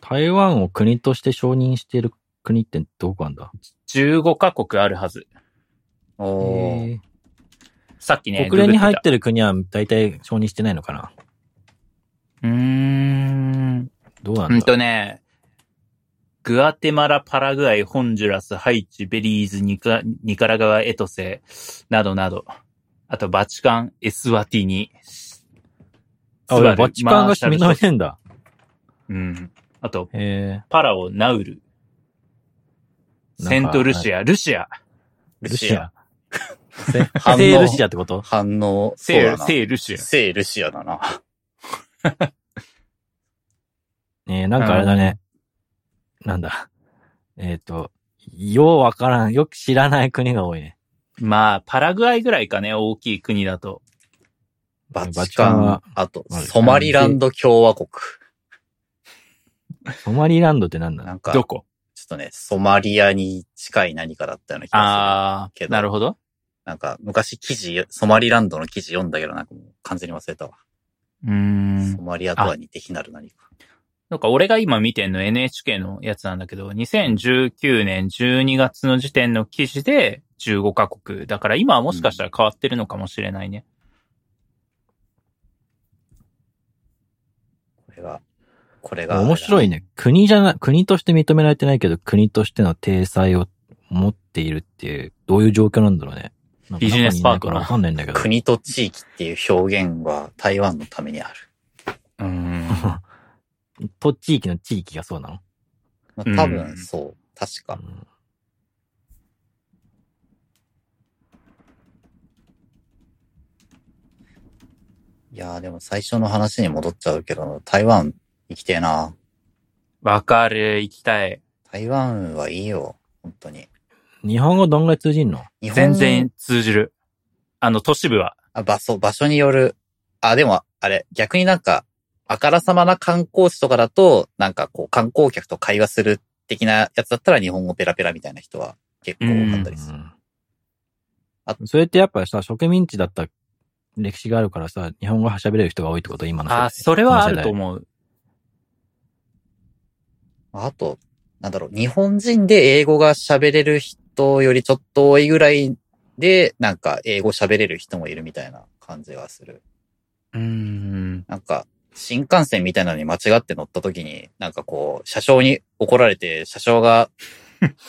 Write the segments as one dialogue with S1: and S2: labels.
S1: 台湾を国として承認している国ってどこなんだ
S2: 15カ国あるはず。
S1: へー
S2: さっきね、
S1: 国連に入っ
S2: る。
S1: てる国は大体承認してないのかな
S2: うーん。
S1: どうな
S2: うんん
S1: だ
S2: とね、グアテマラ、パラグアイ、ホンジュラス、ハイチ、ベリーズ、ニカニカラガワ、エトセ、などなど。あと、バチカン、エスワティニ。
S1: あ、
S2: スバル
S1: バチカン
S2: マ
S1: が
S2: ーシャル
S1: 認めてんだ。
S2: うん。あと、
S1: へ
S2: パラオ、ナウル、
S1: なんか
S2: セントルシア、ルシア、
S1: え。
S3: ル
S1: ル
S3: シ
S1: シ
S3: ア
S1: ア。。
S3: せ 反応。
S1: 聖ルシアってこと
S3: 反応。そう
S2: セ
S3: だ
S2: ー、
S3: な。
S2: セールシア。
S3: 聖ルシアだな。
S1: ねえ、なんかあれだね。なんだ。えっ、と、ようわからん、よく知らない国が多いね。
S2: まあ、パラグアイぐらいかね、大きい国だと。
S3: バ
S1: バ
S3: チ
S1: チカ
S3: カ
S1: ン
S3: ン
S1: は、
S3: あと、
S1: はい
S3: ソマリランド共和国。
S1: ソマリランドってなんだ
S3: なんか、ちょ
S2: ど
S3: っ
S2: こと
S3: ね、ソマリアに近い何かだったような気が
S2: あ
S3: け
S2: あ、
S3: ど
S2: なるほど。
S3: する。なんか、昔記事、ソマリランドの記事読んだけど、なんかもう完全に忘れたわ。
S2: うーん
S3: ソ。マリアとは似て非なる何か。
S2: なんか俺が今見てんの NHK のやつなんだけど、2019年12月の時点の記事で15カ国。だから今はもしかしたら変わってるのかもしれないね。
S3: これが、これが。
S1: 面白いね。国じゃな、国として認められてないけど、国としての体裁を持っているっていう、どういう状況なんだろうね。なんか
S2: ビジネスパーク
S1: 中にいないから
S2: な
S1: わかんないんだけど。
S3: 国と地域っていう表現は台湾のためにある。
S2: うーん。
S1: と地域の地域がそうなの、
S3: ま
S2: うん
S3: あ、多分そう。確か。
S1: うん
S3: いやーでも最初の話に戻っちゃうけど、台湾行きてえな。
S2: わかる、行きたい。
S3: 台湾はいいよ。本当に。
S1: 日本語どんぐらい通じんの
S3: 日本
S2: 全然。通じる。あの、都市部は。
S3: あ、場所、場所による。あ、でも、あれ、逆になんか、あからさまな観光地とかだと、なんかこう、観光客と会話する的なやつだったら日本語ペラペラみたいな人は結構多かったりする。あ
S1: それってやっぱさ、植民地だった歴史があるからさ、日本語喋れる人が多いってこと今の世代。
S2: あ、それはあると思う。
S3: あと、なんだろう、日本人で英語が喋れる人よりちょっと多いぐらいで、なんか英語喋れる人もいるみたいな感じがする。
S2: うーん。
S3: なんか、新幹線みたいなのに間違って乗った時に、なんかこう、車掌に怒られて、車 掌が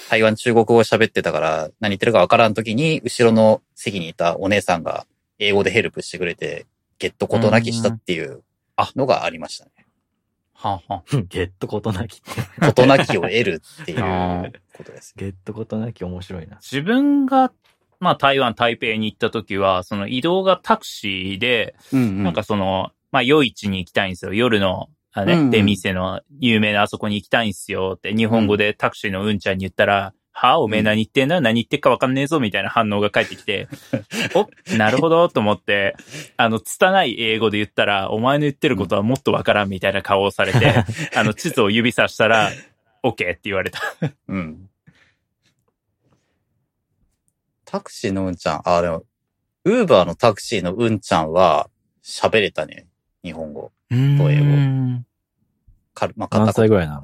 S3: 台湾中国語を喋ってたから、何言ってるかわからん時に、後ろの席にいたお姉さんが英語でヘルプしてくれて、ゲットことなきしたっていうのがありましたね。
S2: はあ、は
S1: うん。 ゲットことなき。
S3: ことなきを得るってい
S2: あ
S3: う
S2: ー
S3: ことです。
S1: ゲットことなき面白いな。
S2: 自分が、まあ台湾、台北に行った時は、その移動がタクシーで、
S3: な
S2: なんかその、まあ、夜市に行きたいんですよ。夜の、あね、
S3: うんうん
S2: 出店の有名なあそこに行きたいんですよって、日本語でタクシーのうんちゃんに言ったら、はあ、おめえ何言ってんだ何言ってっかわかんねえぞみたいな反応が返ってき て、お、なるほどと思って、あの、拙い英語で言ったら、お前の言ってることはもっとわからんみたいな顔をされ て、あの、地図を指さしたら、オッケーって言われた。
S3: うん。タクシーのうんちゃん、あ、でも、ウーバーのタクシーのうんちゃんは喋れたね。日本語。
S2: ど
S3: 英語
S2: 語。
S3: かま
S1: 何
S3: あ、片言
S1: 歳ぐらいなの
S3: い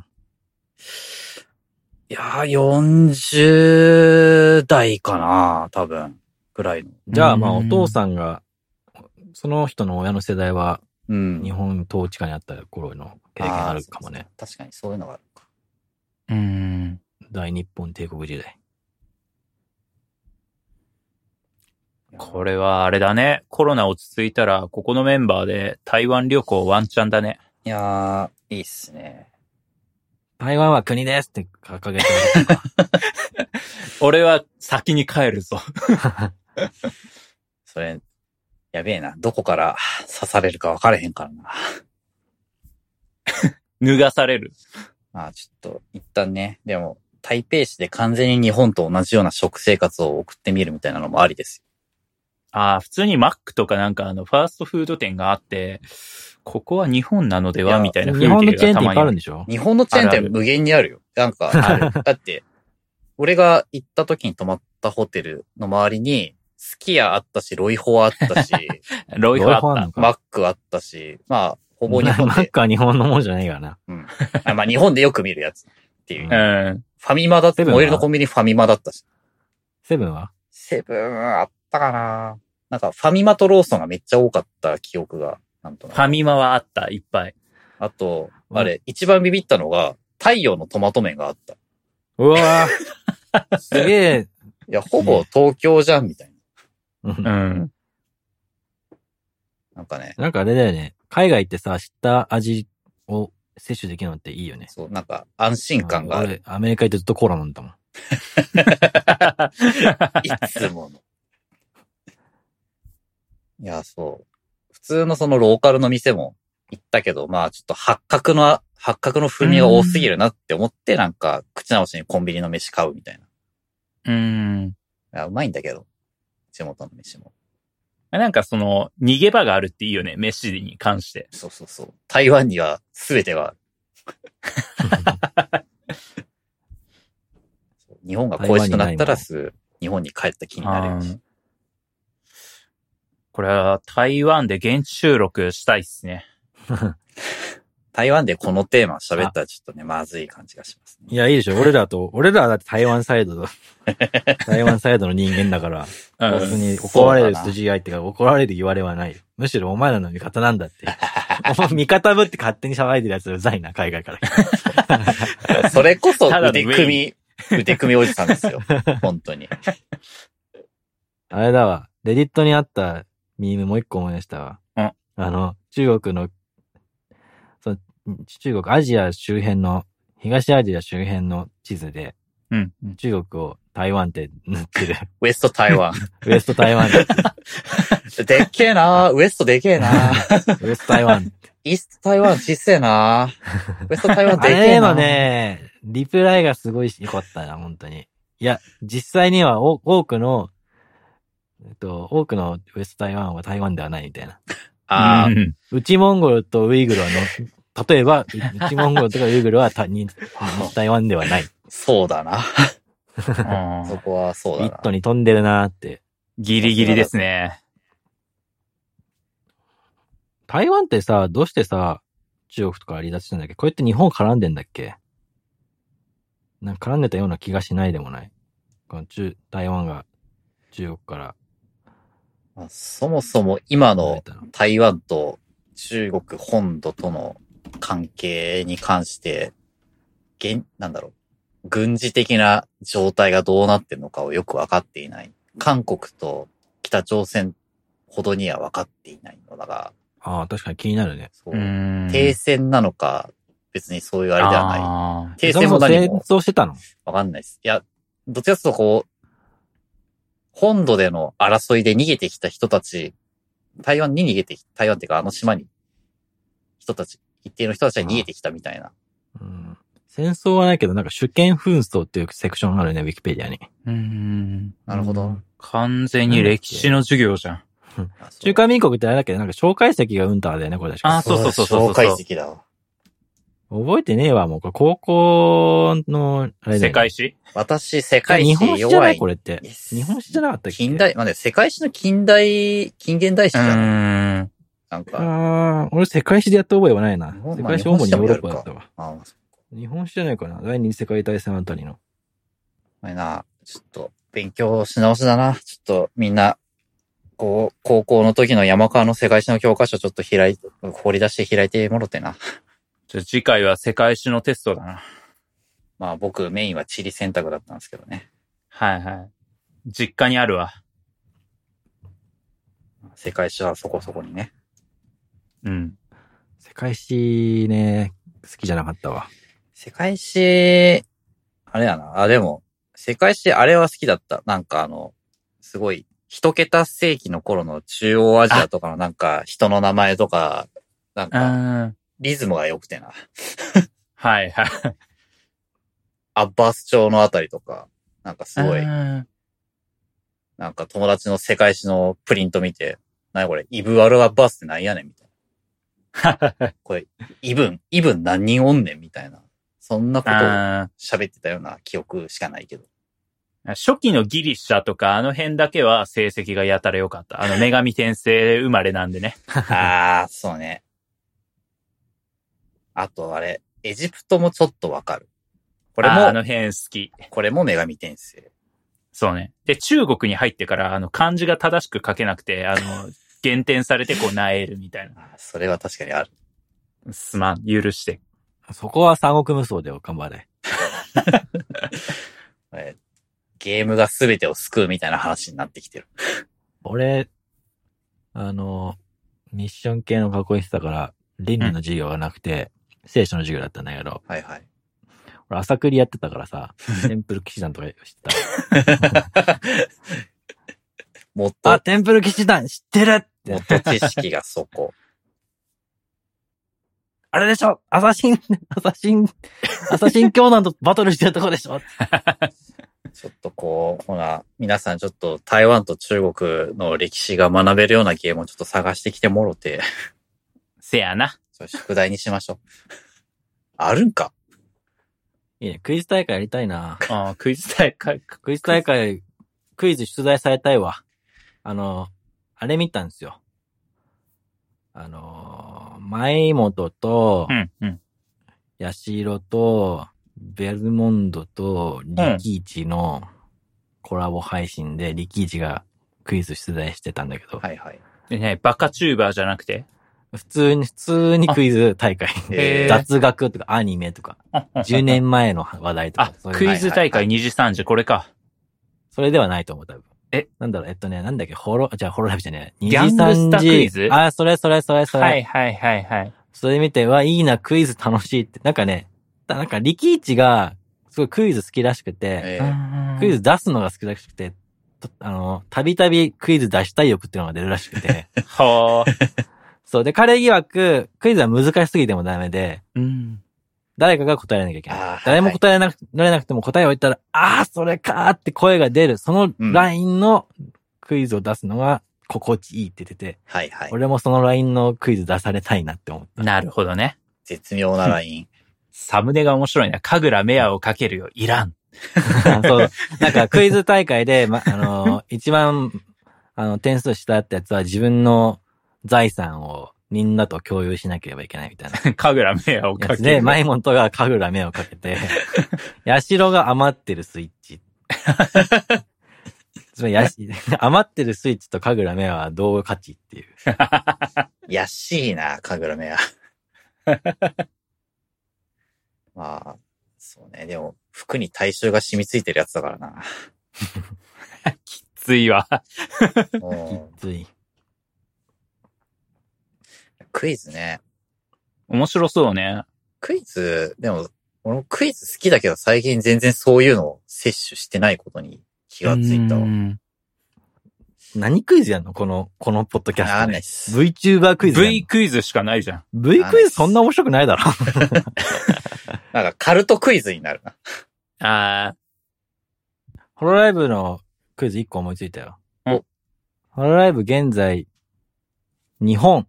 S3: やー、40代かな多分。ぐらいの。
S1: じゃあまあ
S2: う
S1: お
S2: ん
S1: 父さんが、その人の親の世代は
S3: うん。
S1: 日本統治下にあった頃の経験あるかもね。
S3: あー。そうそう確かにそういうのがあるか。
S2: うん。
S1: 大日本帝国時代。
S2: これはあれだね。コロナ落ち着いたら、ここのメンバーで台湾旅行ワンチャンだね。
S3: いやー、いいっすね。
S1: 台湾は国ですって掲げてる。
S2: 俺は先に帰るぞ。
S3: それ、やべえな。どこから 刺されるか分からへんからな。
S2: 脱がされる。
S3: まあちょっと、一旦ね、でも、台北市で完全に日本と同じような食生活を送ってみるみたいなのもありです
S2: ああ、普通にマックとかなんかあの、ファーストフード店があって、ここは日本なので
S3: い
S2: は
S3: や
S2: みたいな 風
S1: 日本のチェー
S2: 景
S1: ンって
S2: がた
S1: い
S2: ま
S1: っぱいあるん
S2: に。
S1: でしょ
S3: よ。日本のチェーン
S2: あるあ
S3: 店
S2: る
S3: 無限にあるよ。なんか、だって、俺が行った時に泊まったホテルの周りに、スキヤあったし、ロイホアあったし、
S2: ロイフ
S1: ロ
S2: あ
S1: イホあ
S2: っ
S1: ん
S2: た
S1: の。か
S3: マックあったし、まあ、ほぼ日本
S1: マッ
S3: で、
S1: クは日本のもんじゃないからな。
S3: うん。あまあ日本でよく見るやつってい
S1: う
S2: うん
S3: う。フ
S2: ん。
S3: ァミマだっ
S1: セ
S3: て、
S1: ブ
S3: 最
S1: ンは
S3: 寄りのコンビニファミマだったし。
S1: セブンは
S3: セブンあったかななんかファミマとローソンがめっちゃ多かった記憶が、なんとな
S2: フ
S3: く。
S2: ァミマはあった、いっぱい。
S3: あと、
S1: うん
S3: あれ、一番ビビったのが、太陽のトマト麺があった。いう
S1: わぁ。すげ え。
S3: や、ほぼ東京じゃん、みたいな。
S1: うん
S2: うん。
S3: なんかね、
S1: なんかあれだよね。海外ってさ、知った味を摂取できるのっていいよね。
S3: そう、なんか安心感がある。
S1: 俺アメリカ行ってずっとコーラ飲んだもん。
S3: いつもの。いや、そう。普通のそのローカルの店も行ったけど、まあちょっと八角の、八角の風味が多すぎるなって思って、なんか口直しにコンビニの飯買うみたい
S2: うん。
S3: な。いやうまいんだけど、地元の飯も。
S2: なんかその、逃げ場があるっていいよね、飯に関して。
S3: そうそうそう。台湾には全 てがある。そう日本が恋しくなったらすぐ日本に帰った気になる
S2: あー
S3: し。
S2: これは台湾で現地収録したいっすね。
S3: 台湾でこのテーマ喋ったらちょっとね、まずい感じがしますね。
S1: いや、いいでしょ。俺らと、俺らはだって台湾サイ ドの、台湾サイドの人間だから、
S2: う
S3: そ
S1: 別
S3: うっす
S2: ん。
S1: に怒られ
S3: そう
S1: る
S3: だな
S1: 筋合いってか、怒られる言われはないよ。むしろお前らの味方なんだ って。お前味方ぶって勝手に騒いでるやつうざいな、海外から。
S3: それこそ
S2: ただの
S3: 腕組み、腕組みおじさ んですよ。本当に。
S1: あれだわ。レディットにあったミームもう一個思い出したわ。
S2: うん
S1: あの、中国の、その中国、アジア周辺の、東アジア周辺の地図で、
S2: うん。
S1: 中国を台湾って塗ってる。
S3: ウエスト台湾。
S1: ウエスト台湾って
S3: でっけ えなウエストでけえな
S1: ウエスト台湾。
S3: イースト台湾小せえなウエスト台湾
S1: あ
S3: でけえ
S1: れ
S3: な
S1: のね、リプライがすごい良かったな、本当に。いや、実際にはお多くの、えっと、多くのウエスト台湾は台湾ではないみたいな。
S3: あー
S2: うん
S1: 内モンゴルとウイグルはの、例え ば、内モンゴルとかウイグルは他人、台湾ではない。
S3: そうだな。
S2: あ
S3: そ
S2: ー
S3: こはそう
S1: 一
S3: だ
S1: 途に飛んでるなーって。
S2: ギリギリですね。
S1: 台湾ってさ、どうしてさ、中国とか離脱したんだっけこうやって日本絡んでんだっけなんか絡んでたような気がしないでもない。この中、台湾が中国から
S3: な。そもそも今
S1: 離
S3: の
S1: れたの。
S3: 台湾と中国本土との関係に関して、現、なんだろう、軍事的な状態がどうなってるのかをよくわかっていない。韓国と北朝鮮ほどには分かっていないのだが、
S1: ああ、確かに気になるね。
S3: そうう、
S2: ん
S3: 停戦なのか、別にそういうあれではない。
S2: あ
S3: 停戦も何も
S1: 戦争してたの
S3: わかんないです。いや、どっちかというとこう、本土での争いで逃げてきた人たち、台湾に逃げてき、台湾っていうかあの島に、人たち、一定の人たちが逃げてきたみたいな。
S1: うん。戦争はないけど、なんか主権紛争っていうセクションがあるね、ウィキペディアに。
S2: ーうん。
S3: なるほど。
S2: 完全に歴史の授業じゃん。
S3: あそう
S1: 中華民国ってあれだっけど、なんか蒋介石がうんたらだよね、これ確か。
S2: あそうそうそうそうそう
S3: 紹介席だわ。
S1: 覚えてねえわ、もう。これ高校の、あれだよね
S2: 世界史
S3: 私、世界
S1: 日
S3: 史
S1: 本史じゃ
S3: 弱
S1: ないい。これって。日本史じゃなかったっけ
S3: 近代、まあね、世界史の近代、近現代史
S2: う
S3: じゃない、
S2: ん。
S3: なんか、
S1: ああ、俺世界史でやった覚えはないな。
S3: 日本
S1: 世界史主にヨーロッパだったわ。
S3: ああ、
S1: 日本史じゃないかな。第二次世界大戦あたりの。
S3: まあな、ちょっと勉強し直しだな。ちょっとみんな、こう、高校の時の山川の世界史の教科書ちょっと開い、掘り出して開いてもろてな。
S2: じゃあ次回は世界史のテストだな。
S3: まあ僕メインは地理選択だったんですけどね。
S2: はいはい。実家にあるわ。
S3: 世界史はそこそこにね。
S2: うん。
S1: 世界史ね、好きじゃなかったわ。
S3: 世界史、あれやな。あ、でも、世界史あれは好きだった。なんかあの、すごい、一桁世紀の頃の中央アジアとかのなんか人の名前とか、なんか
S2: うん。
S3: リズムが良くてな。
S2: はいはい。
S3: アッバース朝のあたりとか、なんかすごい。
S2: うん
S3: なんか友達の世界史のプリント見て、なにこれ、イブ・アル・アッバースってなんやねんみたいな。 これ、イブン、イブン何人おんねんみたいな。そんなことを
S2: あ
S3: 喋ってたような記憶しかないけど。
S2: ー初期のギリシャとかあの辺だけは成績 がやたら良かった。あの女神転生生まれなんでね。
S3: ああ、そうね。あとあれ、エジプトもちょっとわかる。こ
S2: こ
S3: れ
S2: れも、あの
S3: も、
S2: 辺好き。
S3: これも女神転生。
S2: そうね。で、中国に入ってから、あの、漢字が正しく書けなくて、あ の、減点されてこう、なえるみたい
S3: あそれは確かにある。
S2: な。すまん、許して。
S1: そこは三国無双で頑張れ。
S3: えーゲームが全てを救うみたいな話になってきてる。
S1: 俺、あの、ミッション系の学校行ってたから、倫理の授業がなくて、聖書の授業だったんだけど、
S3: はいはい。
S1: 俺朝繰りやってたから さ、テンプル騎士団とか知って。
S3: もった
S1: あ、
S3: と、
S1: テンプル騎士団知ってるって
S3: もっと知識がそこ。
S1: あれでしょアサシン、アサシン、アサシン教団とバトルしてるとこでしょ
S3: ちょっとこう、ほら、皆さんちょっと台湾と中国の歴史が学べるようなゲームをちょっと探してきてもろて、
S2: せやな。
S3: それ宿題にしましょう。あるんか
S1: いいね。クイズ大会やりたいな。
S2: あークイズ大会。
S1: クイズ大会、クイズ出題されたいわ。あの、あれ見たんですよ。あの、前本と
S2: う、ん、うん。
S1: ヤシロと、ベルモンドと、リキイチのコラボ配信で、リキイチがクイズ出題してたんだけど、
S3: はいはい。
S2: でね、バカチューバーじゃなくて。
S1: 普通に、普通にクイズ大会。
S2: へ ー
S1: 雑学とかアニメとか、10年前の話題と
S2: あ
S1: か、そう、いう
S2: クイズ大
S3: はいはいは
S2: 会2時3時、これか。
S1: それではないと思う、多分。
S2: え
S1: なんだろう、えっとね、なんだっけ、ホロ、じゃあホロライブじゃねえ。二
S2: ギャングスタクイズ
S1: 三時あ、それそれそれそれ。
S2: はいはいはいはい。
S1: それ見て、わ、いいな、クイズ楽しいって。なんかね、だなんか、力一が、すごいクイズ好きらしくて、
S3: えー
S2: あー
S1: クイズ出すのが好きらしくて、とあの、たびたびクイズ出したい欲っていうのが出るらしく て。
S2: はあ。
S1: そう。で、彼曰く、クイズは難しすぎてもダメで、
S2: うん。
S1: 誰かが答えなきゃいけ
S3: あ
S1: な
S3: ー
S1: い。誰も答えなく、られなくても答えを言ったら、ああ、それかーって声が出る。そのラインのクイズを出すのが心地いいって言ってて、
S3: はいはい。
S1: 俺もそのラインのクイズ出されたいなって思った。
S2: なるほどね。
S3: 絶妙なライン。
S2: サムネが面白いな。神楽メアをかけるよ。いらん。
S1: そう。なんかクイズ大会で、ま、あの、一番、あの、点数したってやつは自分の財産をみんなと共有しなければいけないみたいな。
S2: 神楽メアをか
S1: やつ
S2: ける
S1: で、
S2: よ。
S1: マイモントがカグラ目をかけ て、ヤシロが余ってるスイッチ。つまりヤシ余ってるスイッチとカグラ目は同価値っていう。
S3: やっしいな、神楽目は。 まあ、そうね。でも、服に体臭が染みついてるやつだから な。
S2: ついわ。
S3: も
S1: つい。
S3: うクイズね。
S2: 面白そうね。
S3: クイズ、でも、俺もクイズ好きだけど、最近全然そういうのを摂取してないことに気がついたわ。
S2: うん
S1: 何クイズやんのこの、このポッドキャス
S3: な
S1: ト
S3: ん
S1: で
S3: で。す。
S1: VTuber クイズやん
S2: V クイズしかないじゃん。
S1: の。V クイズそんな面白くないだろ。
S3: なんかカルトクイズになるな。
S2: ああ、
S1: ホロライブのクイズ1個思いついたよ。
S2: お
S1: ホロライブ現在、日本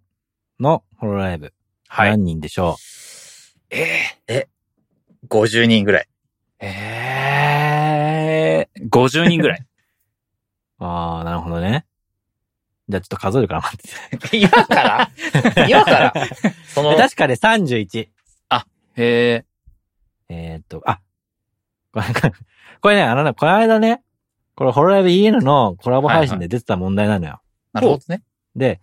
S1: のホロライブ。
S2: はい。
S1: 何人でしょ
S2: ええ
S3: 50人ぐらい。
S2: ええ50人ぐらい。
S1: うああ、なるほどね。じゃあちょっと数えるから待ってて。
S3: 今 から今からその
S1: で、確かね、31。
S2: へえ。
S1: えーっと、あ、これ、これね、あのね、この間ね、これ、ホロライブ EN のコラボ配信で出てた問題なのよ。
S3: なるほどね。
S1: で、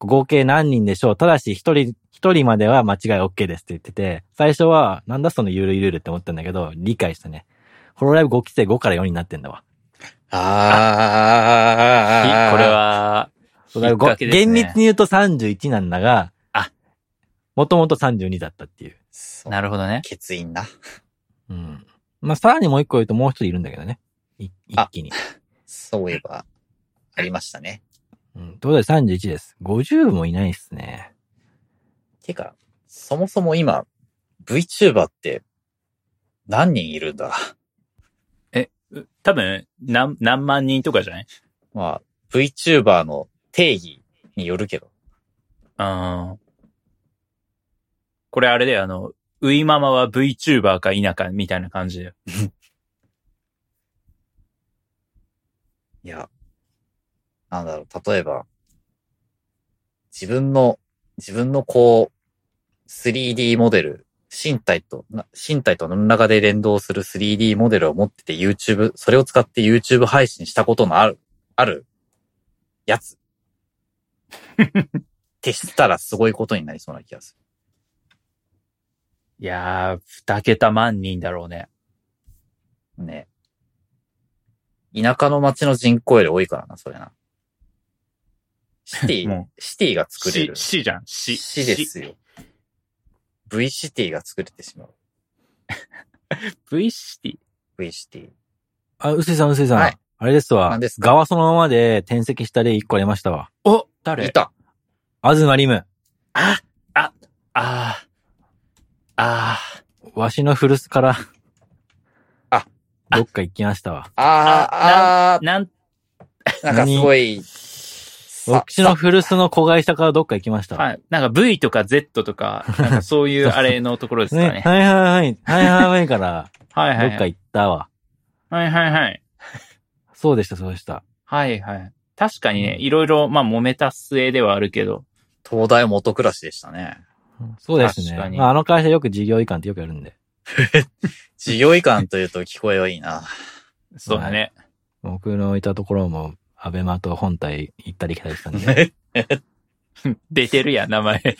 S1: 合計何人でしょうただし、一人、一人までは間違い OK ですって言ってて、最初は、なんだそのゆるゆるゆるって思ったんだけど、理解したね。ホロライブ5期生5から4になってんだわ。
S2: ひこれ
S3: あー。
S2: は、
S1: ホロライブ
S2: 引っ掛
S1: 5
S2: けです
S1: 厳
S2: ね
S1: 密に言うと31なんだが、
S2: あ、
S1: もともと32だったっていう。
S3: そう
S2: なるほどね。
S3: 欠員な。
S1: うん。まあ、さらにもう一個言うともう一人いるんだけどね。い一気に。
S3: そういえば、ありましたね。
S1: うん。ということで31です。50もいないっすね。
S3: てか、そもそも今、VTuber って何人いるんだ
S2: 多分、何、何万人とかじゃない
S3: まあ、VTuber の定義によるけど。
S2: うん。これあれだよ、あの、ウイママは VTuber か否かみたいな感じだよ。
S3: いや、なんだろう、例えば、自分の、自分のこう、3D モデル身体と、な身体と何らかで連動する 3D モデルを持ってて YouTube、それを使って YouTube 配信したことのある、ある、や つ。ってしたらすごいことになりそうな気がす
S2: いやー、二桁万人だろうね。
S3: る。ね。田舎の町の人口より多いからな、それな。シティ、
S2: も
S3: シティが
S2: う、
S3: 作れる。
S2: 死じゃん。死。
S3: 市ですよ。V シティが作れてしまう。
S2: V シティ。
S3: V シティ。
S1: あ、うすいさん、うすいさん。
S3: はい
S1: あれですわ。
S3: 何ですか
S1: 側そのままで転籍した例一個ありましたわ。
S2: お誰
S3: いた。
S1: あずまりむ。
S2: あ、あ、あー。あー。
S1: わしの古巣から。
S3: あ。
S1: どっか行きましたわ。
S3: あー、あ
S2: なん、
S3: ー、なんかすごい、さ
S1: 私の古巣の子会社からどっか行きましたわ。
S2: はい。なんか V とか Z とか、なんかそういうあれのところですか
S1: ね
S2: ね。
S1: はいはいはい。はいはいはいから、
S2: はいは
S1: ど
S2: い
S1: っ
S2: は
S1: か
S2: い。
S1: 行ったわ。
S2: はいはいはい。
S1: そうでした、そうでした。
S2: はいはい。確かにね、いろいろ、まあ揉めた末ではあるけど。
S3: 東大元暮らしでしたね。
S1: そうです
S2: 確か
S1: ね。
S2: に
S1: まあ、あの会社よく事業移管ってよくやるんで。
S3: 事業移管というと聞こえはいいな。
S2: そうだね。
S1: 僕のいたところも、アベマと本体行ったり来たりしたん で。
S3: ね
S2: 出てるやん、名前。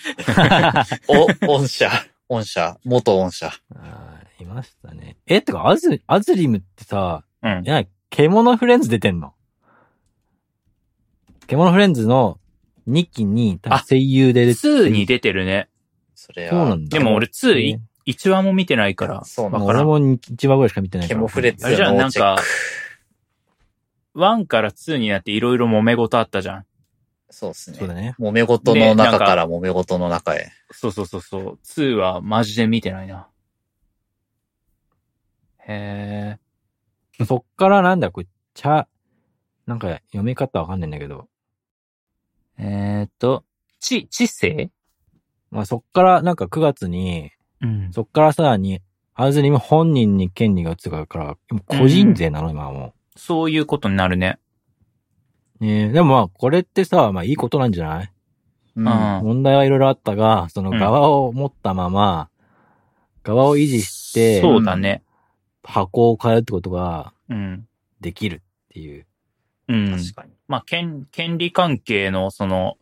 S3: お、 御社、御社、元御社。
S1: あーいましたね。え、ってか、アズ、アズリムってさ、
S2: うん
S1: い。や、獣フレンズ出てんの。獣フレンズの2期に多分
S2: あ
S1: 声優で出て
S2: 2に出てるね。
S3: それは。
S1: そうなんだ。
S2: でも俺2い
S1: ね、
S2: 1話も見てないから。
S3: そう
S1: ま
S3: な
S1: あ
S3: んだ。
S1: 俺も1話ぐらいしか見てないから。
S3: 獣フレンズ
S2: あれじゃん、
S3: ノ
S2: なん
S3: ーチェッ
S2: か、1から2になっていろいろ揉め事あったじゃん。
S3: そうですね
S1: そう。だね。
S3: 揉め事の中から揉め事の中へ。
S2: そうそうそうそう。2はマジで見てないな。へえ。
S1: そっからなんだ、これ、ちゃ、なんか読み方わかんないんだけど。
S2: えーっと、ち、知性
S1: まあそっからなんか9月に、
S2: うん。
S1: そっからさらに、アズリム本人に権利が移るから、今個人税なの、今はも
S2: そういうことになるね。
S1: う。ねえでもまあ、これってさ、まあいいことなんじゃない
S3: うん
S2: うん
S1: 問題はいろいろあったが、その
S2: うん
S1: 側を持ったまま、側を維持して、
S2: そうだね。
S1: 箱を変えるってことが
S2: うん。
S1: できるっていう。
S2: うん。
S3: 確かに。
S2: まあ、権、権利関係の、その、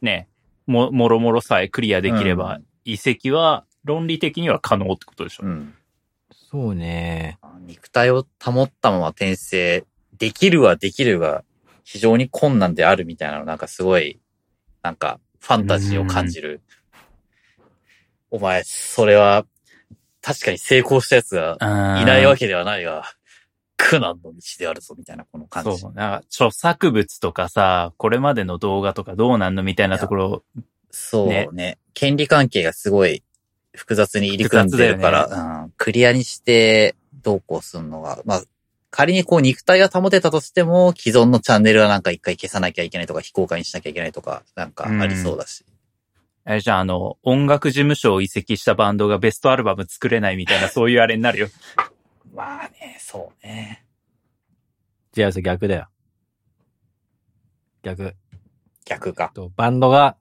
S2: ね、も、もろもろさえクリアできれば、移籍は論理的には可能ってことでしょ。
S3: うん。
S1: そうね。
S3: 肉体を保ったまま転生、できるはできるが、非常に困難であるみたいなの、なんかすごい、なんか、ファンタジーを感じる。お前、それは、確かに成功したやつが
S2: い
S3: いないわけではないが、苦難の道であるぞ、みたいな、この感じ。
S2: そう。なんか、著作物とかさ、これまでの動画とかどうなんのみたいなところ、
S3: そうね
S2: ね
S3: 権利関係がすごい複雑に入り組んでるから、
S2: 複
S3: うん、クリアにしてどうこうするのが、まあ、仮にこう肉体が保てたとしても、既存のチャンネルはなんか一回消さなきゃいけないとか、非公開にしなきゃいけないとか、なんかありそうだし。
S2: えじゃあ、あの、音楽事務所を移籍したバンドがベストアルバム作れないみたい な、そういうあれになるよ。
S3: まあね、そうね。
S1: じゃあそれ逆だよ。逆。えっ
S3: 逆か。
S1: とバンドが、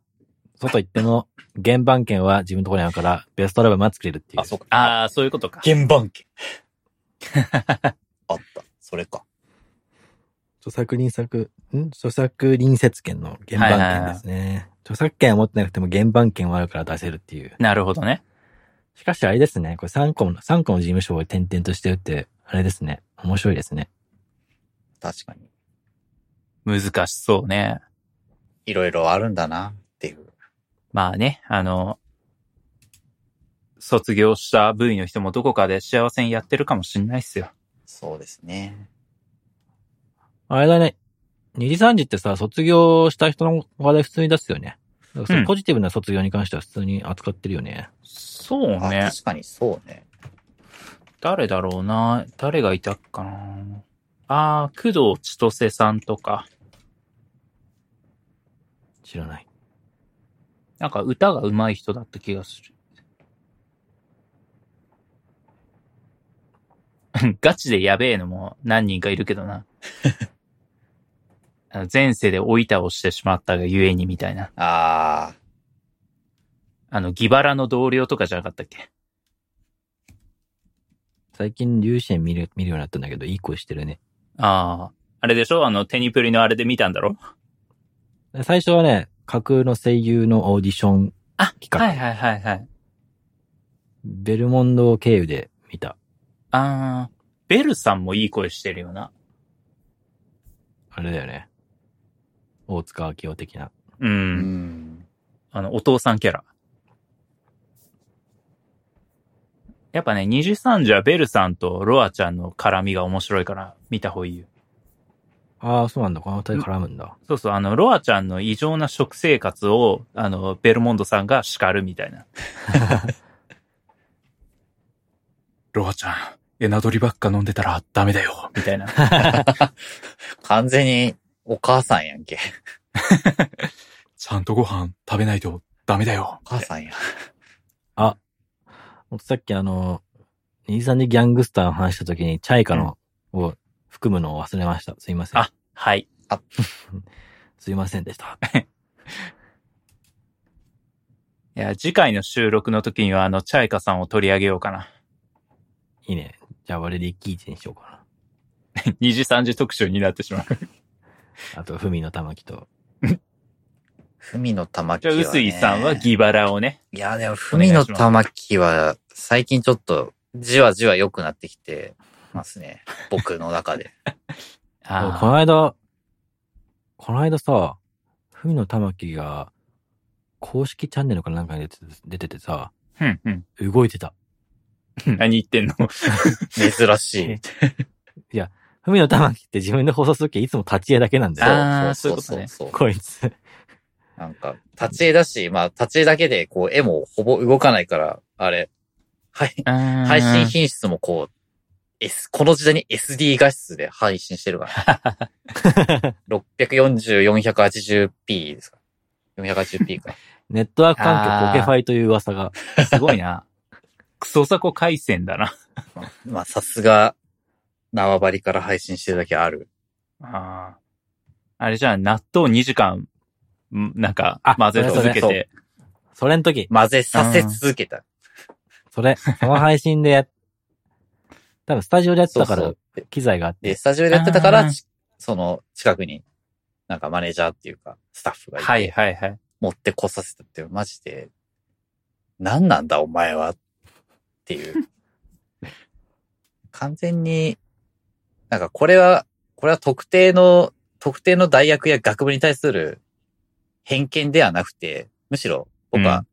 S1: 外行っても、原版権は自分のところにあるから、ベストアルバムは作れるっていう。
S3: あ、そうか。あ、
S2: ああ、そういうことか。
S3: 原版権。 あった。それか。
S1: 著作隣作、ん著作隣接権の原版権ですね。著作権は持ってなくても原版権はあるから出せるっていう。
S2: なるほどね。
S1: しかしあれですね、これ3個の、三個の事務所を転々としてるって、あれですね、面白いですね。
S3: 確かに。
S2: 難しそうね。
S3: いろいろあるんだな、っていう。
S2: まあね、あの、卒業した部位の人もどこかで幸せにやってるかもしんないっすよ。
S3: そうですね。
S1: あれだね、二次三次ってさ、卒業した人の話題普通に出すよね。だからその
S2: うん
S1: ポジティブな卒業に関しては普通に扱ってるよね。
S2: そう
S3: あ、
S2: ね。
S3: 確かにそうね。
S2: 誰だろうな。誰がいたっかな。ああ、工藤千歳さんとか。
S1: 知らない。
S2: なんか歌が上手い人だった気がする。 ガチでやべえのも何人かいるけど な。あの前世で老いたをしてしまったがゆえにみたいな。
S3: ああ。
S2: あの、ギバラの同僚とかじゃなかったっけ
S1: 最近、流子見る、見るようになったんだけど、いい声してるね。
S2: ああ。あれでしょあの、テニプリのあれで見たんだろ
S1: 最初はね、架空の声優のオーディション、
S2: あ
S1: 企、画
S2: はいはいはいはい。
S1: ベルモンド経由で見た。
S2: ああ。ベルさんもいい声してるよな。
S1: あれだよね。大塚明夫的な。
S2: う。
S3: うんん。
S2: あの、お父さんキャラ。やっぱね、二次三次はベルさんとロアちゃんの絡みが面白いから見た方がいいよ。
S1: ああ、そうなんだ。この辺り絡むんだ。
S2: そうそう、あの、ロアちゃんの異常な食生活を、あの、ベルモンドさんが叱るみたいな。ロアちゃん、エナドリばっか飲んでたらダメだよ、みたいな。
S3: 完全にお母さんやんけ。
S2: ちゃんとご飯食べないとダメだよ
S3: お。母さんや。
S1: 僕さっきあの、二三にギャングスターの話した時に、チャイカの、を含むのを忘れました。すいません。
S2: あはい。
S1: すいませんでし た。
S2: いや、次回の収録の時には、あの、チャイカさんを取り上げようかな。
S1: いいね。じゃあ、我リッキーチにしようか
S2: 二次三次特集になってしまう。
S1: な。あと、ふみの玉木と。
S3: 文の玉木
S2: じゃあ、
S3: は、ね。
S2: 臼井さんはギバラをね。
S3: いや、でも、文の玉木は、最近ちょっと、じわじわ良くなってきてますね。僕の中で。
S1: でもこの間、この間さ、ふみの玉木が、公式チャンネルかなんかに出て出ててさ、
S2: うんうん。
S1: 動いてた。
S2: 何言ってんの
S3: 珍しい。
S1: ふみの玉木って自分で放送するときいつも立ち絵だけなんだよ。
S2: あーそういうことね
S3: そう
S1: こいつ。
S3: なんか、立ち絵だし、まあ、立ち絵だけで、こう、絵もほぼ動かないから、あれ、はい、配
S2: 配
S3: 信品質もこう、S、この時代に SD 画質で配信してる から。640,480p ですか ?480p か。
S1: ネットワーク環境ポケファイという噂が。
S2: すごいな。 クソサコ回線だな。
S3: まあまあ、さすが、縄張りから配信してるだけある。
S2: ああれじゃあ、納豆2時間、んなんか
S1: あ、
S2: 混ぜ続け
S3: そうね
S2: て。
S1: それの時、
S3: 混ぜさせ続けた。
S1: そ れ、その配信でや、多分スタジオでやって
S3: そう
S1: た
S3: そ
S1: から
S3: う。、で
S1: 機材があって。
S3: で、スタジオでやってたから
S2: あー、
S3: ちその、近くに、なんかマネージャーっていうか、スタッフがいて。
S2: はいはいはい。
S3: 持ってこさせたって、マジで、何なんだお前はっ ていう。完全に、なんかこれは、これは特定の、特定の大学や学部に対する偏見ではなくて、むしろ僕
S2: う
S3: は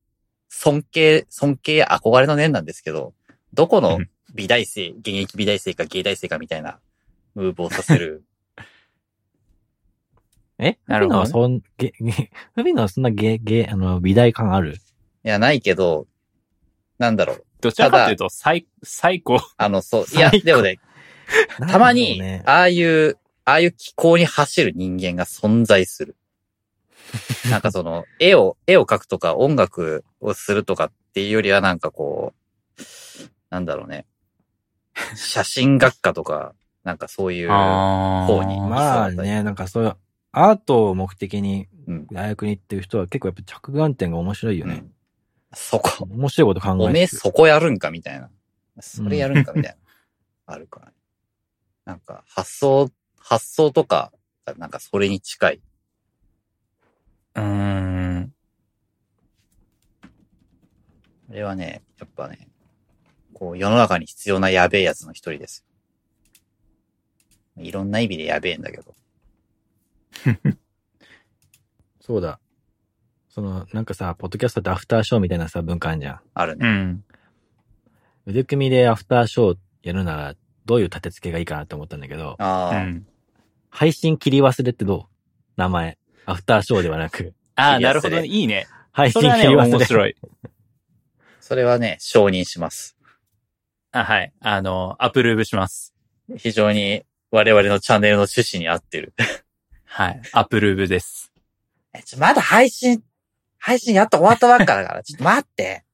S3: 尊敬、尊敬や憧れの念なんですけど、どこの
S2: うん
S3: 美大生、現役美大生か芸大生かみたいなムーブをさ せる。
S1: え
S2: なるほ
S1: 海野
S2: どね
S1: はそん、げ、げ、 海野はそんなげ、げ、あの、美大感ある
S3: いや、ないけど、なんだろう。
S2: どちらかというと、最、最高。
S3: あの、そう、いや、
S1: 最高
S3: でもね、 たま
S1: なんだろう
S3: に
S1: ね、
S3: ああいう、ああいう気候に走る人間が存在する。なんかその、絵を、絵を描くとか音楽をするとかっていうよりはなんかこう、なんだろうね。写真学科とか、なんかそういう、
S2: あ
S3: 方に
S2: ー
S1: まあね、なんかそういう、アートを目的に
S3: うん
S1: 大学に行ってる人は結構やっぱ着眼点が面白いよ
S3: う
S1: ね。
S3: んそこ、
S1: 面白いこと考えてる
S3: おめえそこやるんかみたいな。それやるんかみたいな。あるから、なんか発想、発想とか、なんかそれに近い。
S2: うーん。
S3: あれはね、やっぱね、こう、世の中に必要なやべえやつの一人です。いろんな意味でやべえんだけど。
S1: そうだ。その、なんかさ、ポッドキャストってアフターショーみたいなさ、文化あるじゃん。
S3: ある
S2: う
S3: ね。
S2: ん。
S1: 腕組みでアフターショーやるなら、どういう立て付けがいいかなって思ったんだけど、
S2: う
S3: ああ、
S2: ん。
S1: 配信切り忘れってどう名前。アフターショーではなく、
S2: あ
S3: い
S2: あ、
S3: いや
S2: なるほど
S3: そ
S2: ね。
S3: れ
S2: いい ね。
S1: 配信
S2: そ
S1: 切
S2: れはね、
S1: り忘れ。
S2: 面白い。
S3: それはね、承認します。
S2: あ、はい。あの、アプローブします。
S3: 非常に我々のチャンネルの趣旨に合ってる。
S2: はい。アプローブです。
S3: えちょまだ配信、配信やっと終わったばっかだから、ちょっ と待って。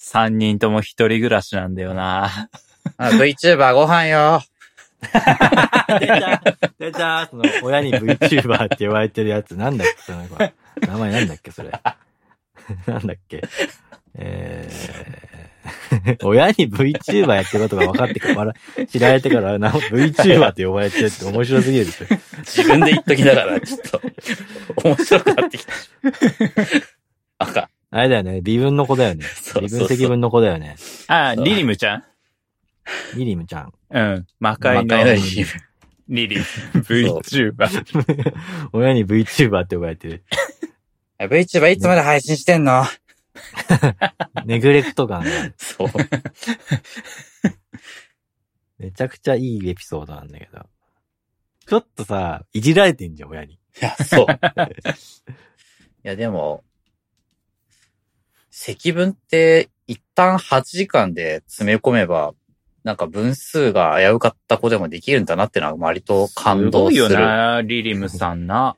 S2: 3人とも一人暮らしなんだよな。
S3: あ VTuber ご飯よ。
S1: 出た出た その、親に VTuber って言われてるやつ、なんだっけその子 名前なんだっけそれ。なんだっけえー 親に VTuber やってることが分かってから、知られてからな、VTuber って呼ばれてるって面白すぎるって。
S3: 自分で言っときなが ら、ちょっと、面白くなってきた。あかん。
S1: あれだよね、微分の子だよね。
S3: そう
S1: 微
S3: そ
S1: 分
S3: うそ
S1: 積
S3: う。
S1: 分の子だよね。
S2: あ、リリムちゃん
S1: ミリムちゃん。
S2: うん。魔
S3: 魔
S2: 界の
S3: 界のリリム
S2: リリム。VTuber。
S1: 親に VTuber って呼ばれてる。
S3: VTuber いつまで配信してんの
S1: ネグレクト感がある。
S3: そう。
S1: めちゃくちゃいいエピソードなんだけど。ちょっとさ、いじられてんじゃん、親に。
S3: いや、そう。 いや、でも、積分って一旦8時間で詰め込めば、なんか分数が危うかった子でもできるんだなってのは割と感動する。
S2: すごいよな、リリムさんな。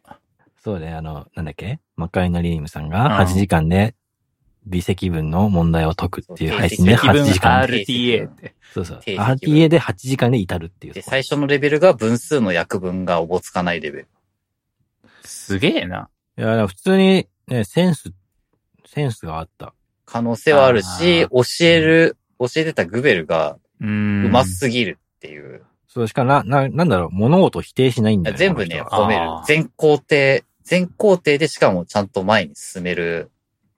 S1: そうね、あの、なんだっけ魔界のリームさん
S2: うん
S1: が8時間で微積分の問題を解くっていう配信で
S3: 積
S2: 気
S1: 8
S2: 分
S1: 時間。
S2: RTA って。
S1: そうそう。
S3: 定積分
S1: RTA で8時間で至るっていう
S3: で、。最初のレベルが分数の約分がおぼつかないレベル。
S2: すげえな。
S1: いや、でも普通にね、センス、センスがあった。
S3: 可能性はあるし、
S2: あ
S3: 教える、教えてたグベルが
S2: う。
S3: うんますすぎるっていう。
S1: そう、しかもな、な、なんだろう、物事を否定しないんだよね。
S3: 全部ね、
S1: この人は
S3: 褒める
S2: あー。
S3: 全工程、全工程でしかもちゃんと前に進める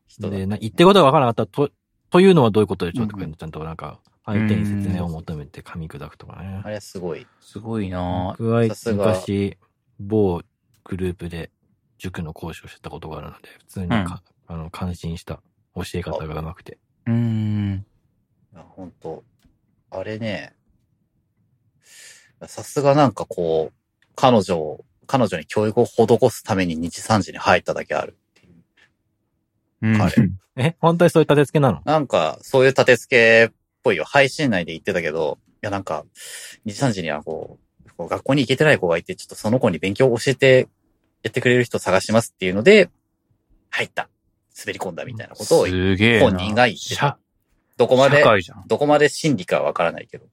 S3: 人だ
S1: で、な言ってることが分からなかったらと、というのはどういうことでしょうとか、
S3: う
S1: ちゃんとなんか、相手に説明を求めて噛み砕くとかね
S3: あ。れはすごい。
S2: すごいな。
S1: 僕は
S3: さすが
S1: 昔、某グループで塾の講師をしてたことがあるので、普通にかあの、感心した教え方がうまくて。
S2: うん。
S3: いや本当あれね、さすがなんかこう、彼女を、彼女に教育を施すために日産時に入っただけある。
S2: うん
S3: あれ
S1: え、本当にそういう立て付けなの
S3: なんか、そういう立て付けっぽいよ。配信内で言ってたけど、いやなんか、日産時にはこう、こう学校に行けてない子がいて、ちょっとその子に勉強を教えて、やってくれる人を探しますっていうので、入った。滑り込んだみたいなことを、
S2: すげえな。
S3: 本人が言ってた
S2: 社
S3: どこまで
S2: 社、会じゃん。
S3: どこまで真理かはわからないけど。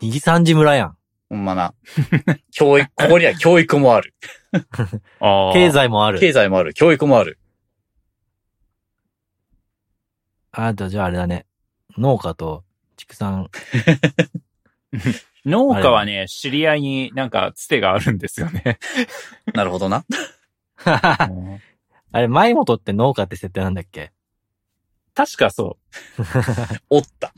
S1: 二次三次村やん。
S3: ほんまな。教育、ここには教育もある。
S2: ああ。
S1: 経。済もある。
S3: 経済もある。教育もある。
S1: あと、じゃああれだね。農家と畜産。
S2: 農家はね、知り合いになんかつてがあるんですよね。
S3: なるほどな。
S1: あれ、前元って農家って設定なんだっけ
S2: 確かそう。
S3: おった。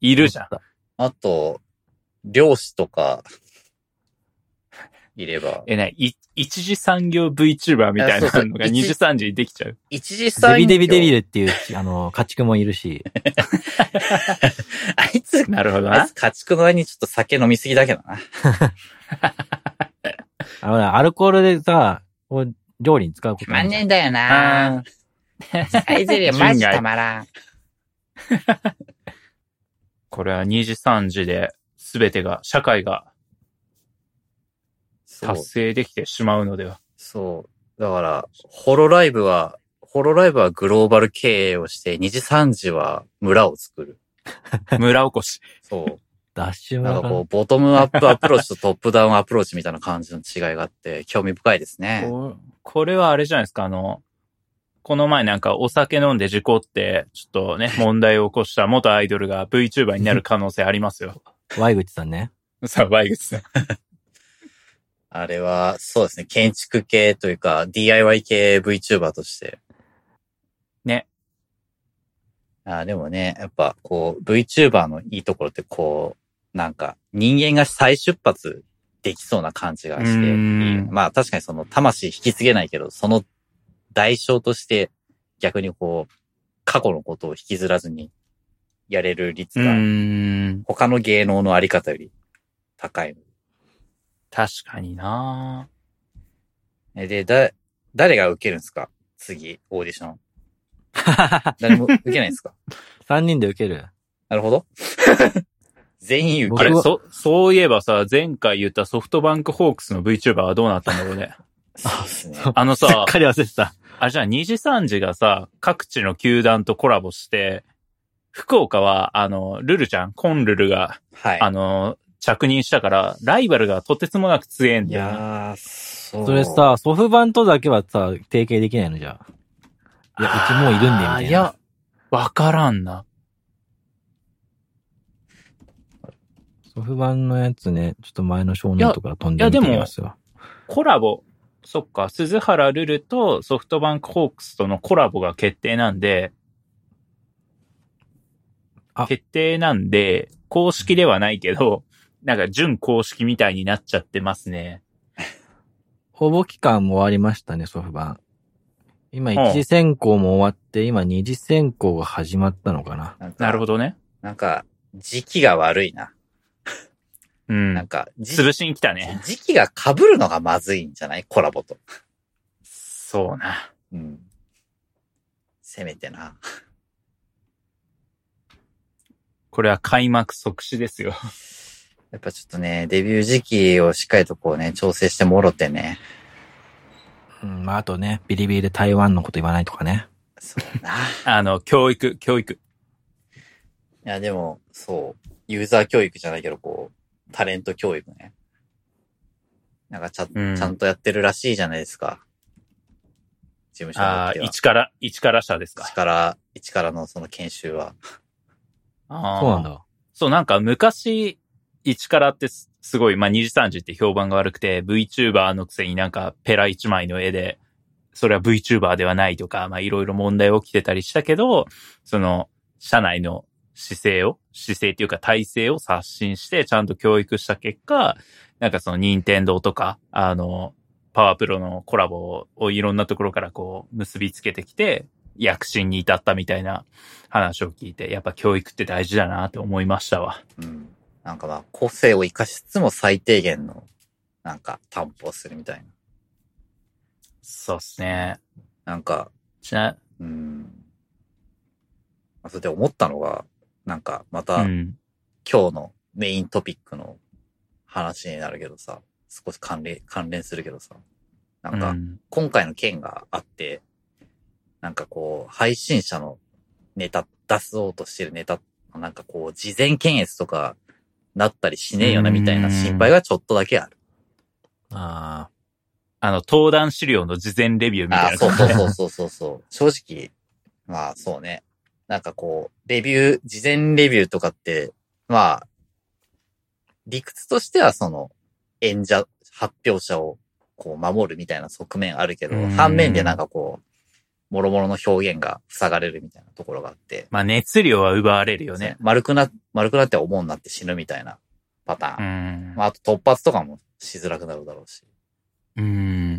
S2: いるじゃん。
S3: あと、漁師とか、いれば。
S2: え、ね、い一次産業 VTuber みたい
S3: あそうそ
S2: な
S3: う
S2: のが二次産次にできちゃう。
S3: 一時産
S1: デビ
S3: 業
S1: デビデビルっていう、あの、家畜もいるし。
S3: あいつ、
S2: なるほど
S3: あい
S2: な
S3: つ。家畜の前にちょっと酒飲みすぎだけどな。
S1: あのね、アルコールでさ、こう料理に使うことない
S4: 万
S1: じゃん
S4: 年だよな。サイゼリアマジたまらん。
S2: これは二次産次で全てが、社会が
S3: そう
S2: 達。成できてしまうので は。
S3: そう。だから、ホロライブは、ホロライブはグローバル経営をして、二次三次は村を作る。
S2: 村おこし。
S3: そう。
S1: ダッシュ
S3: な
S1: 村
S3: んか
S1: か
S3: こう、ボトムアップアプローチとトップダウンアプローチみたいな感じの違いがあって、興味深いですね。
S2: ここれはあれじゃないですか、あの、この前なんかお酒飲んで事故って、ちょっとね、問題を起こした元アイドルが VTuber になる可能性ありますよ。
S1: ワイグチさんね。
S2: さあ、バイグスさん。
S3: あれは、そうですね、建築系というか、DIY 系 VTuber として。
S2: ね。
S3: あーでもね、やっぱこう、VTuber のいいところってこう、なんか、人間が再出発できそうな感じがし
S2: う
S3: て、
S2: ん
S3: まあ確かにその、魂引き継げないけど、その代償として、逆にこう、過去のことを引きずらずに、やれる率
S2: う
S3: が
S2: ーん。
S3: 他の芸能のあり方より高い。
S2: 確かにな
S3: えで、だ、誰が受けるんですか次、オーディション。誰も受けないんです か
S1: 3人で受ける。
S3: なるほど。全員
S2: あ
S3: 受け
S2: れ
S1: 僕、は
S2: そ、そういえばさ、前回言ったソフトバンクホークスの VTuber はどうなったんだろうね。
S3: そうですね。
S2: あの
S1: すっ
S2: さ、
S1: かり忘れてた。
S2: あれじゃあ、二次三次がさ、各地の球団とコラボして、福岡は、あの、ルルちゃん、コンルルが、
S3: はい。
S2: あの、着任したから、ライバルがとてつもなく強えん
S3: い
S2: だよね。
S3: やー、そう。
S1: それ、さ、ソフバンとだけはさ、提携できないのじゃあ。いや、うちもういるんで、みた
S2: あー
S1: いな。
S2: いや、わからんな。
S1: ソフ版のやつね、ちょっと前の少年とか飛んでみてみますわ。
S2: コラボ。そっか、鈴原ルルとソフトバンクホークスとのコラボが決定なんで
S1: あ、
S2: 決定なんで、公式ではないけど、なんか準公式みたいになっちゃってますね。
S1: 応募期間も終わりましたね、ソフ版。今
S2: ん
S1: 一次選考も終わって、今二次選考が始まったのかな。
S3: なんか
S2: なるほどね。
S3: なんか、時期が悪いな。
S2: う
S3: なん
S2: ん。
S3: か、じ
S2: 潰しに来たね。
S3: 時期が被るのがまずいんじゃないコラボと。
S2: そうな。
S3: うん。せめてな。
S2: これは開幕即死ですよ。
S3: やっぱちょっとね、デビュー時期をしっかりとこうね、調整してもろてね。
S1: うん、まああとね、ビリビリで台湾のこと言わないとかね。
S3: そうな。い
S2: あの、教育、教育。
S3: や、でも、そう。ユーザー教育じゃないけど、こう、タレント教育ね。なんかちゃ、
S2: うん
S3: ちゃんとやってるらしいじゃないですか。事務所の
S2: あ
S3: 時
S2: あ、
S3: は。
S2: 一から、一から者ですか
S3: 一。から、一からのその研修は。
S2: あー
S1: そうなんだ。
S2: そう、なんか昔、一からってすすごい、まあ、二次三次って評判が悪くて、VTuber のくせになんかペラ一枚の絵で、それは VTuber ではないとか、まあ、いろいろ問題起きてたりしたけど、その、社内の姿勢を、姿勢っていうか体制を刷新して、ちゃんと教育した結果、なんかその、任天堂とか、あの、パワープロのコラボをいろんなところからこう、結びつけてきて、躍進に至ったみたいな話を聞いて、やっぱ教育って大事だなって思いましたわ。
S3: うん。なんかまあ、個性を活かしつつも最低限の、なんか、担保するみたい
S2: そうっすね。
S3: な。なんか、
S2: ちな、
S3: うん。あそれで思ったのが、なんか、また、
S2: うん。
S3: 今日のメイントピックの話になるけどさ、少し関連、関連するけどさ、なん
S2: う
S3: か、
S2: ん
S3: 今回の件があって、なんかこう、配信者のネタ、出そうとしてるネタ、なんかこう、事前検閲とか、なったりしねえよな、みたいな心配がちょっとだけある。
S1: あ
S2: あの、登壇資料の事前レビューみ
S3: あ
S2: たい
S3: あ、
S2: な
S3: そう
S2: 感じ。
S3: そうそうそうそうそう。 正直、まあそうね。なんかこう、レビュー、事前レビューとかって、まあ、理屈としてはその、演者、発表者をこう守るみたいな側面あるけど
S2: うん、
S3: 反面でなんかこう、諸々の表現が塞がれるみたいなところがあって、
S2: まあ、熱量は奪われるよね。
S3: 丸くな、丸くなって思うになって死ぬみたいなパターン。
S2: うん。
S3: まああと突発とかもしづらくなるだろうし。
S2: うん。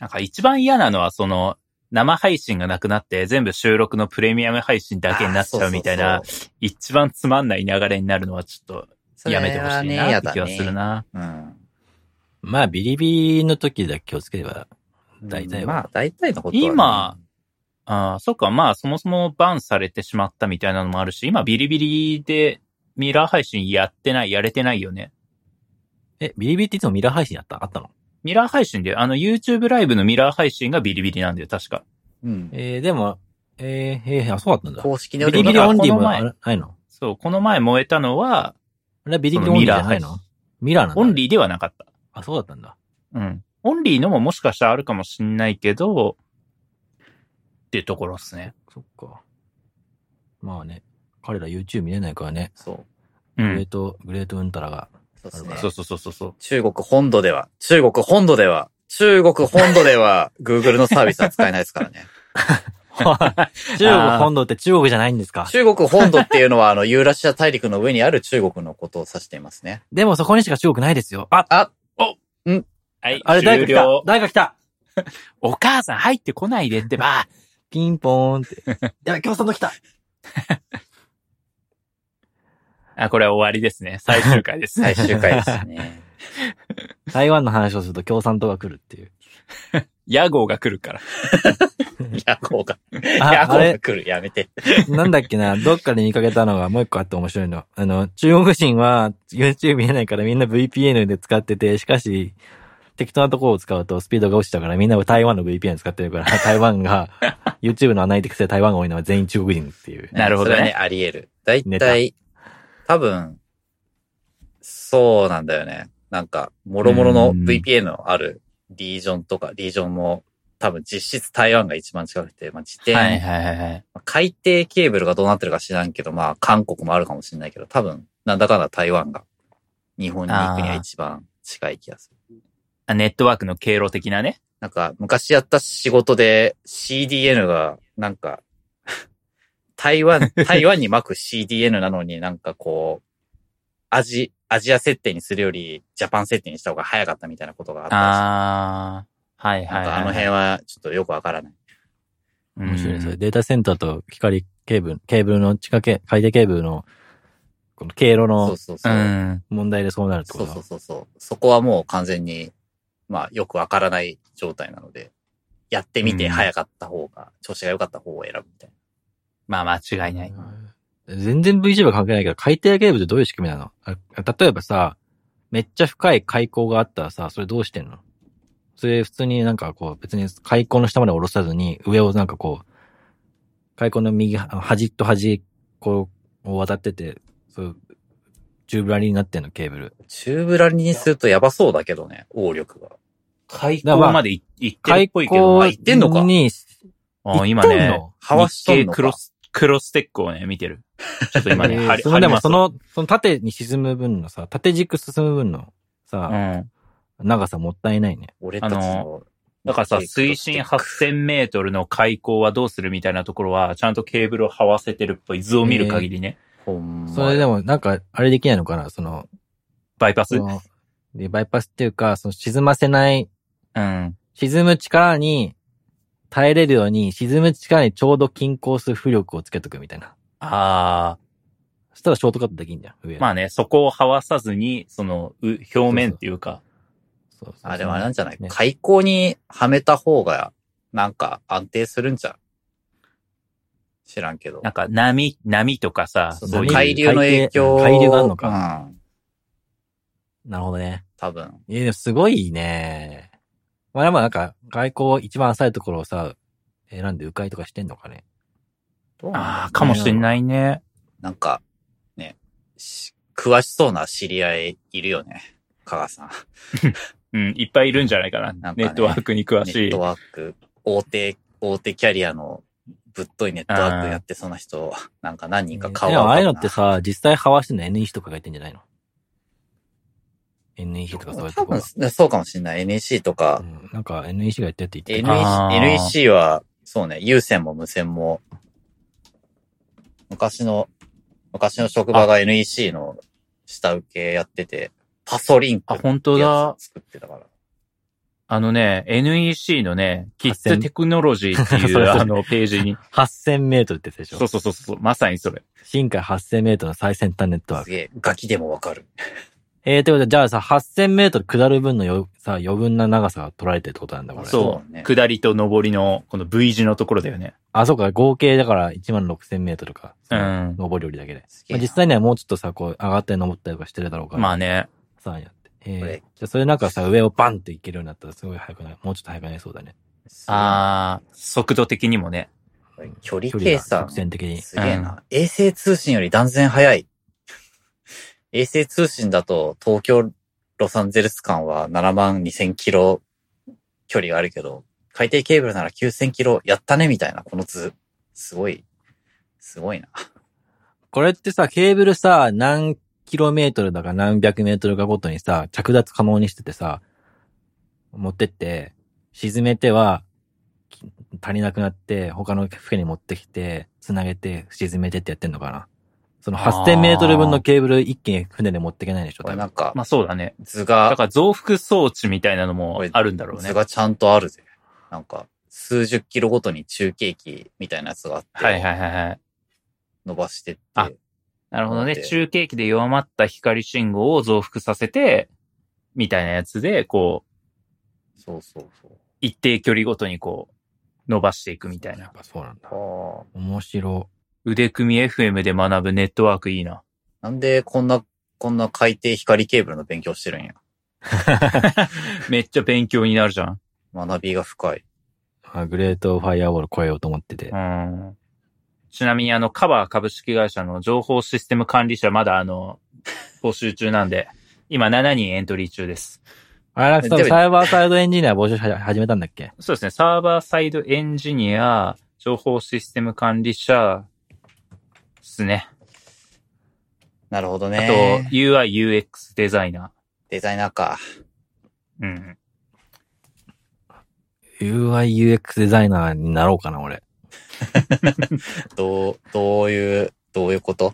S2: なんか一番嫌なのは、その、生配信がなくなって、全部収録のプレミアム配信だけになっちゃうみたい
S3: あ
S2: な
S3: ー、そうそうそう
S2: 一番つまんない流れになるのはちょっ
S3: そ
S2: と
S3: れ
S2: や
S3: は
S2: めてほしい
S3: ね
S2: な
S3: や
S2: って
S3: だ
S2: 気がする
S3: ね。
S2: な。
S3: うん。
S1: あ。まあビリビリの時だけ気をつければ、大体は
S3: まあ、大体のことは、
S2: 今、ああ、そっか。まあ、そもそもバンされてしまったみたいなのもあるし、今ビリビリでミラー配信やってない、やれてないよね。
S1: え、ビリビリっていつもミラー配信やったあったの
S2: ミラー配信で、あの YouTube ライブのミラー配信がビリビリなんだよ、確か。
S3: うん、
S1: えー、でも、えー、えー、あ、そうだったんだ。
S3: 公式の
S1: ビリビリ
S2: は
S1: オンリー
S2: こ
S1: も
S2: の
S1: あ
S2: 前
S1: れないの
S2: そう、この前燃えたのは、
S1: あれはビリビリオンリーじゃない
S2: そのミラー配
S1: のミラーなんだ。
S2: オンリーではなかった。
S1: あ、そうだったんだ。
S2: うん。オンリーのももしかしたらあるかもしんないけど、っていうところですね。
S1: そっか。まあね、彼ら YouTube 見れないからね。
S3: そ
S1: グ
S2: う
S3: う。
S1: レー
S2: ん。
S1: ト、グレートウンタラが。
S3: そうです
S1: あ
S3: ね
S1: る。
S2: そうそうそうそうそう。
S3: 中国本土では、中国本土では、中国本土では、Google のサービスは使えないですからね。
S1: 中国本土って中国じゃないんですか
S3: 中国本土っていうのは、あの、ユーラシア大陸の上にある中国のことを指していますね。
S1: でもそこにしか中国ないですよ。あ、
S2: はい、
S1: あれ誰か来
S2: 終
S1: た
S2: 了。
S1: 誰か来た
S2: お母さん入ってこないでってば。
S1: ピンポーンって。やばい、共産党来た
S2: あ、これは終わりですね。最終回ですね。
S3: 最終回です ね。
S1: 台湾の話をすると共産党が来るって いう。
S2: 屋号が来るから。
S3: ヤコが、ヤ
S1: あ、
S3: コ
S1: あ
S3: が
S1: れ、
S3: 来る。やめて。
S1: なんだっけな、どっかで見かけたのがもう一個あって面白いの。あの、中国人は YouTube 見えないからみんな VPN で使ってて、しかし、適当なところを使うとスピードが落ちちゃうからみんな台湾の VPN 使ってるから、 台湾が、YouTube のアナリティクスで台湾が多いのは全員中国人っていう。
S2: なるほどね
S3: それはね、あり得る。だい
S1: ネ
S3: たい、多分、そうなんだよね。なんか、もろもろ
S2: う
S3: の
S2: ん
S3: VPN のあるリージョンとか、リージョンも多分実質台湾が一番近くて、まあ、自転、
S2: はいはいはいはい。
S3: まあ海底ケーブルがどうなってるか知らんけど、まあ、韓国もあるかもしれないけど、多分、なんだかんだ台湾が日本に行くには一番近い気がする。
S2: あネットワークの経路的なね。
S3: なんか、昔やった仕事で CDN が、なんか、台湾、台湾に巻く CDN なのになんかこう、アジ、アジア設定にするより、ジャパン設定にした方が早かったみたいなことがあったらしい
S2: ああ、はいは
S3: ない
S2: は
S3: ん
S2: い、
S3: か
S2: はい。
S3: あの辺はちょっとよくわからない。
S2: うん、
S1: 面白いですね。データセンターと光ケーブル、ケーブルの地下け、海底ケーブルの、この経路
S3: そ
S1: の
S3: うそうそうう。
S2: ん。
S1: 問題でそうなるってこ
S3: そ
S1: とだ
S3: うそうそうそう。そこはもう完全に、まあよくわからない状態なので、やってみ
S2: う
S3: て
S2: ん
S3: 早かった方が、調子が良かった方を選ぶみたい
S2: まあ間違いない。
S1: 全然 VTuber 関係ないけど、海底ケーブルってどういう仕組みなのあ例えばさ、めっちゃ深い海溝があったらさ、それどうしてんのそれ普通になんかこう、別に海溝の下まで下ろさずに、上をなんかこう、海溝の右は、端と端、こう、を渡ってて、そう、チューブラリーになってんの、ケーブル。
S3: な。チューブラリにするとやばそうだけどね、応力が。
S2: 開
S1: だからまあ
S2: 口までい行ってるっぽいけど、
S3: あ行ってんのか
S1: に、
S2: あー今
S1: 行ってん
S2: ね、
S1: の
S3: はわしとん
S2: 日
S3: の
S2: 経
S3: か
S2: クロス、クロステックをね、見てる。ちょっと今ね、
S1: え ー
S2: 貼り、
S1: そのでもそ
S2: 貼り
S1: の、その縦に沈む分のさ、縦軸進む分の
S2: ま
S1: さ、
S2: す、うん。
S1: 長さもったいないね。
S3: 俺たち
S2: あ
S3: の。
S2: だからさ、
S3: テイクと
S2: 水
S3: して
S2: 深8000メートルの海溝はどうするみたいなところは、ちゃんとケーブルを這わせてるっぽい、図を見る限りね。
S3: ほんま
S1: それでもなんか、あれできないのかなその、
S2: バイパス。
S1: そうのでバイパスっていうか、その沈ませない、
S2: ん。
S1: 沈む力に耐えれるように、沈む力にちょうど均衡する浮力をつけとくみたいな。
S2: あ
S1: そしたらショートカットできんじゃん、上。
S2: ー。まあね、そこを這わさずに、その、う表面っていうか。
S1: そうそうそう
S3: あ、でもあれなんじゃない
S1: ね
S3: 開口にはめた方が、なんか安定するんじゃん。知らんけど
S2: なん。か波、波とかさ、
S3: そう
S1: そ
S3: そうう、
S1: いう
S3: 海流の影響を。
S1: 海流があるのか
S3: うん。
S1: なるほどね。
S3: 多分。
S1: いや、でもすごいね。まあでもなんか、外交一番浅いところをさ、選んで迂回とかしてんのかね。
S3: どうなんだろう
S2: ああ、かもしれないね。
S3: なんか、ね、し詳しそうな知り合いいるよね。加賀さん。
S2: うん、いっぱいいるんじゃないかな。
S3: んかね
S2: ネットワークに詳
S3: ネ
S2: し
S3: ッ
S2: い
S3: ト。ワーク、大手、大手キャリアのぶっといネットワークやってそうな人、なんか何人か顔
S1: で
S3: が浮
S1: もあ
S3: かぶな
S1: あいうのって、さ、実際はわしてんの NEC とかがいてんじゃないの ?NEC とかそういう
S3: 多
S1: とこ
S3: 分
S1: が。
S3: そうかもしれない。NEC とか、
S1: うんなんか NEC がやってって言ってた
S3: NEC,
S1: あ
S2: あー
S3: NEC は、そうね、有線も無線も、昔の、昔の職場が NEC の下請けやってて、パソリンク
S2: あ、
S3: って
S2: 本当だ
S3: や。つ作ってたから。
S2: あのね、NEC のね、キッズ
S1: 8000
S2: テクノロジー ってい
S1: そうそう
S2: うあのページに。
S1: 8000メートルってやつでしょ
S2: そうそうそうそう、まさにそれ。
S1: 深海8000メートルの最先端ネットワー
S3: す
S1: ク。
S3: げえ、ガキでもわかる。
S1: えー、ということで、じゃあさ、8000メートル下る分のよさ、余分な長さが取られてるってことなんだ、これ。
S3: そう
S2: そう、
S3: ね
S2: 下りと上りの、この V 字のところだよね。
S1: あ、そうか、合計だから1万6000メートルか。
S2: うん
S1: 上り降りだけで。
S3: すげ
S1: ま
S3: え
S1: あ、
S3: な
S1: 実際にはもうちょっとさ、こう、上がったり登ったりとかしてるだろうから。
S2: まあね。
S1: さあやって。え
S3: こ
S1: ー
S3: れ、
S1: じゃあそれなんかさ、上をバンっていけるようになったらすごい速くなる。もうちょっと速くなりそうだね。
S2: あー、速度的にもね。
S3: これ距離
S1: 距離
S3: 計
S1: が
S3: 算
S1: 直。線的に。
S3: すげえな。衛星通信より断然早い。衛星通信だと東京、ロサンゼルス間は7万2000キロ距離があるけど、海底ケーブルなら9000キロやったねみたいな、この図。すごい、すごいな。
S1: これってさ、ケーブルさ、何キロメートルだか何百メートルかごとにさ、着脱可能にしててさ、持ってって、沈めては、き足りなくなって、他の船に持ってきて、繋げて、沈めてってやってんのかな。その8000メートル分のケーブル一気に船で持ってけないでしょ、
S3: これ
S1: 多
S3: なん
S1: 分。
S3: か
S2: ま、あそうだね。
S3: 図
S2: だ
S3: が、
S2: から増幅装置みたいなのもあるんだろうね
S3: 図。がちゃんとあるぜ。なんか、数十キロごとに中継機みたいなやつがあって、
S2: はいはいはいはい。
S3: 伸ばしてって、
S2: あなるほどね。
S3: だって
S2: 中継機で弱まった光信号を増幅させて、みたいなやつで、こう、
S3: そうそうそう。
S2: 一定距離ごとにこう、伸ばしていくみたい
S1: や
S2: な
S1: っ。ぱそうなんだ。
S3: ああ。
S1: 面白。
S2: 腕組み FM で学ぶネットワークいいな。
S3: なんでこんな、こんな海底光ケーブルの勉強してるんや。
S2: めっちゃ勉強になるじゃん。
S3: 学びが深い。
S1: あグレートファイアウォール超えようと思ってて。
S2: うん。ちなみにあの、カバー株式会社の情報システム管理者まだあの、募集中なんで、今7人エントリー中です。
S1: あれ、なんか多分サーバーサイドエンジニア募集し始めたんだっけ
S2: そうですね。サーバーサイドエンジニア、情報システム管理者、ですね。
S3: なるほど
S2: あと、
S3: ね。
S2: UI、UX デザイナ
S3: デザイナーか。
S2: ー。うん。
S1: ?UI、UX デザイナーになろうかな、俺。
S3: どう、どういう、どういうこと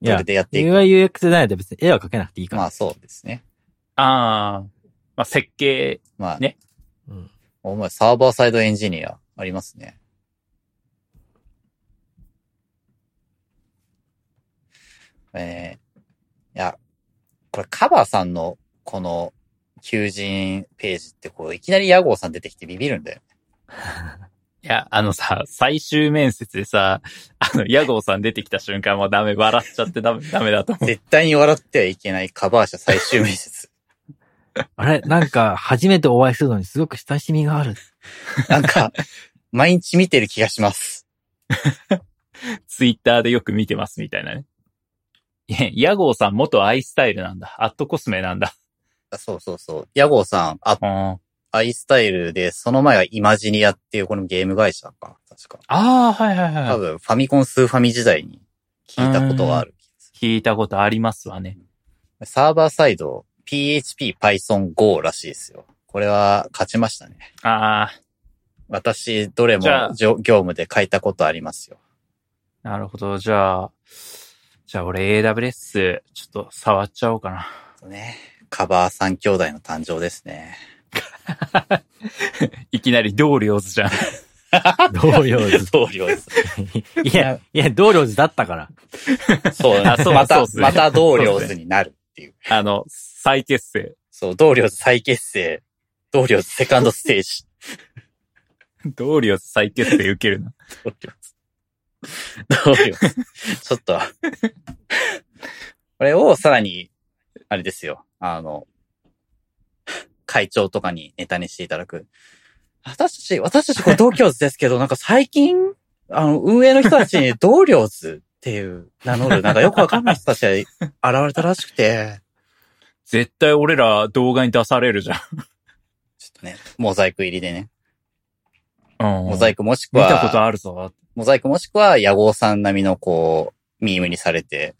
S1: い
S3: ど
S1: や
S3: れ、でやっていく
S1: UI、UX デザイナーって別に絵は描けなくていいから。
S3: まあそうですね。
S2: ああ、まあ、設計、
S3: まあ、
S2: ね
S1: うん
S3: お前サーバーサイドエンジニアありますね。えー、いや、これカバーさんのこの求人ページってこういきなり屋号さん出てきてビビるんだよ。
S2: いや、あのさ、最終面接でさ、あの、屋号さん出てきた瞬間もうダメ、笑っちゃってダメ、ダメだと思 う。
S3: 絶対に笑ってはいけないカバー社最終面接。
S1: あれ、なんか、初めてお会いするのにすごく親しみがある。
S3: なんか、毎日見てる気がします。
S2: ツイッターでよく見てますみたいなね。いや、屋号さん元アイスタイルなんだ。アットコスメなんだ。
S3: あそうそうそう。屋号さん、あ
S2: うん。あ
S3: アイスタイルで、その前はイマジニアっていうこのゲーム会社か。確か。
S2: あ、はいはい
S3: 多
S2: はい。
S3: 分、ファミコンスーファミ時代に聞いたことがある。
S2: 聞いたことありますわね。
S3: サーバーサイド、PHP Python Go らしいですよ。これは勝ちましたね。
S2: あ
S3: 私、どれも
S2: じゃあ
S3: じょ業務で書いたことありますよ。
S2: あ、なるほど。じゃあ、じゃあ俺 AWS、ちょっと触っちゃおうかな。
S3: ね。カバー三兄弟の誕生ですね。
S2: いきなり同僚図じゃん。
S1: 同僚図。
S3: 同僚です。
S1: いや、いや、同僚図だったから。
S3: そう
S2: あそう
S3: ま
S2: そう
S3: た
S2: っ、すね
S3: また同僚図になるっていう。
S2: あの、再結成。
S3: そう、同僚図再結成。同僚図セカンドステージ。
S2: 同僚図再結成受けるな。
S3: 同僚図。同僚図。ちょっと。これをさらに、あれですよ。あの、会長とかにネタにしていただく。私たち、私たち これ同僚図ですけど、なんか最近、あの、運営の人たち に同僚図っていう名乗る、なんかよくわかんない人たちが現れたらしくて、
S2: 絶対俺ら動画に出されるじゃ
S3: ちょっとね、モザイク入りでね。
S2: ん。うん。
S3: モザイクもしく
S2: 見
S3: は、
S2: たことあるぞ。
S3: モザイクもしくは、野号さん並みのこう、ミームにされて、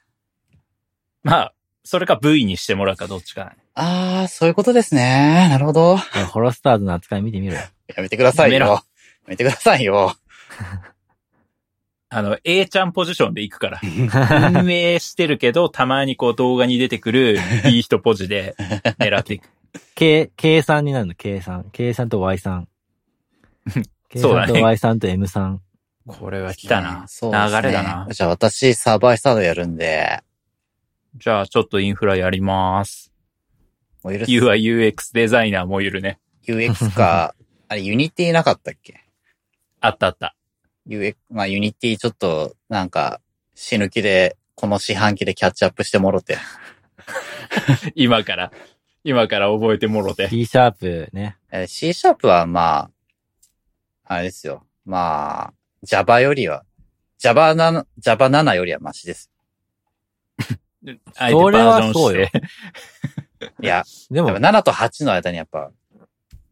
S2: まあ、それか V にしてもらうかどっちかだね。
S3: あー、そういうことですね。なるほど。
S1: ホロスターズの扱い見てみろよ。
S3: やめてくださいよ。
S2: やめろ
S3: やめてくださいよ。
S2: あの、A ちゃんポジションで行くから。運営してるけど、たまにこう動画に出てくるいい人ポジで狙っていく。
S1: 計、計算になるの、計算。計算と Y さん。計
S2: そうだ
S1: 算
S2: ね
S1: と Y さんと M さん。
S2: これは来たな。
S3: そうですね
S2: 流れだな。
S3: じゃあ私、サーバーサードやるんで、
S2: じゃあちょっとインフラやります。
S3: もう許す
S2: UI、UX デザイナーもいるね。
S3: UX か、あれ、ユニティなかったっけ
S2: あったあった。
S3: ?UX、まあ、ユニティちょっと、なんか、死ぬ気で、この四半期でキャッチアップしてもろて。
S2: 今から、今から覚えてもろて。
S1: T シャープね。
S3: えー C シャープはまあ、あれですよ。まあ、Java よりは、Java な、Java 7よりはマシです。
S2: あえてバージョン
S1: そ
S2: し
S1: れは
S2: て。
S3: いや、
S1: で
S3: や
S1: も
S3: っぱ、7と8の間にやっぱ、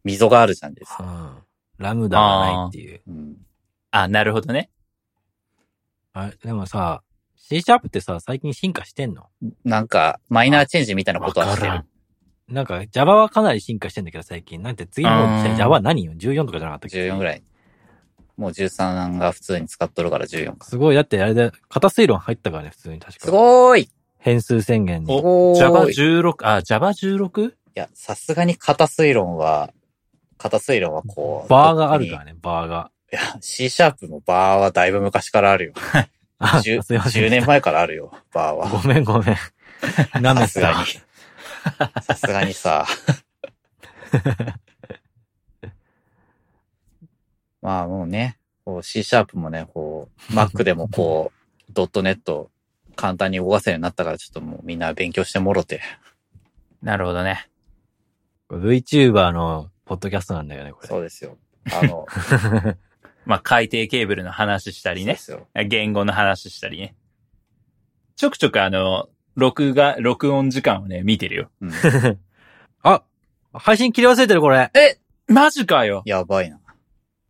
S3: 溝があるじゃんです。
S1: うんラムダがないっていう。
S3: うん。
S2: あ、なるほどね。
S1: あれ、でもさ、C シャープってさ、最近進化してんの
S3: なんか、マイナーチェンジみたいなこ
S2: わ
S3: とは
S2: か
S3: して
S2: ら
S3: る
S2: ん。。
S1: なんか Java はかなり進化してんだけど最近。なんて次の
S2: うん
S1: Java 何よ ?14 とかじゃなかったっけ
S3: 14ぐらい。もう13が普通に使っとるから14か。
S1: すごい。だってあれで、型推論入ったからね、普通に確か。
S3: すごーい
S1: 変数宣言に。
S3: おす
S2: Java
S3: ごいい
S2: 16、あ、Java 16?
S3: や、さすがに型推論は、型推論はこう。
S1: バーがある
S3: 特
S1: か
S3: に
S1: らね、バーが。
S3: いや、C シャープのバーはだいぶ昔からあるよ。
S1: あ、 すい
S3: 10,
S1: ません。
S3: 10年前からあるよ、バーは。
S1: ごめんごめん。なめ
S3: さ
S1: て
S3: すが
S1: た
S3: に。。さすがにさ。 まあもうね、こう C シャープもね、こう、Mac でもこう、ドットネット簡単に動かせるようになったから、ちょっともうみんな勉強してもろて。
S2: なるほどね。
S1: VTuber のポッドキャストなんだよね、これ。
S3: そうですよ。あの、
S2: まあ、海底ケーブルの話したり
S3: そうで
S2: ね。
S3: すよ。
S2: 言語の話したりね。ちょくちょくあの、録画、録音時間をね、見てるよ。
S3: うん
S1: あ
S5: 配信切り忘れてる、これ。
S1: マジかよ。
S2: やばいな。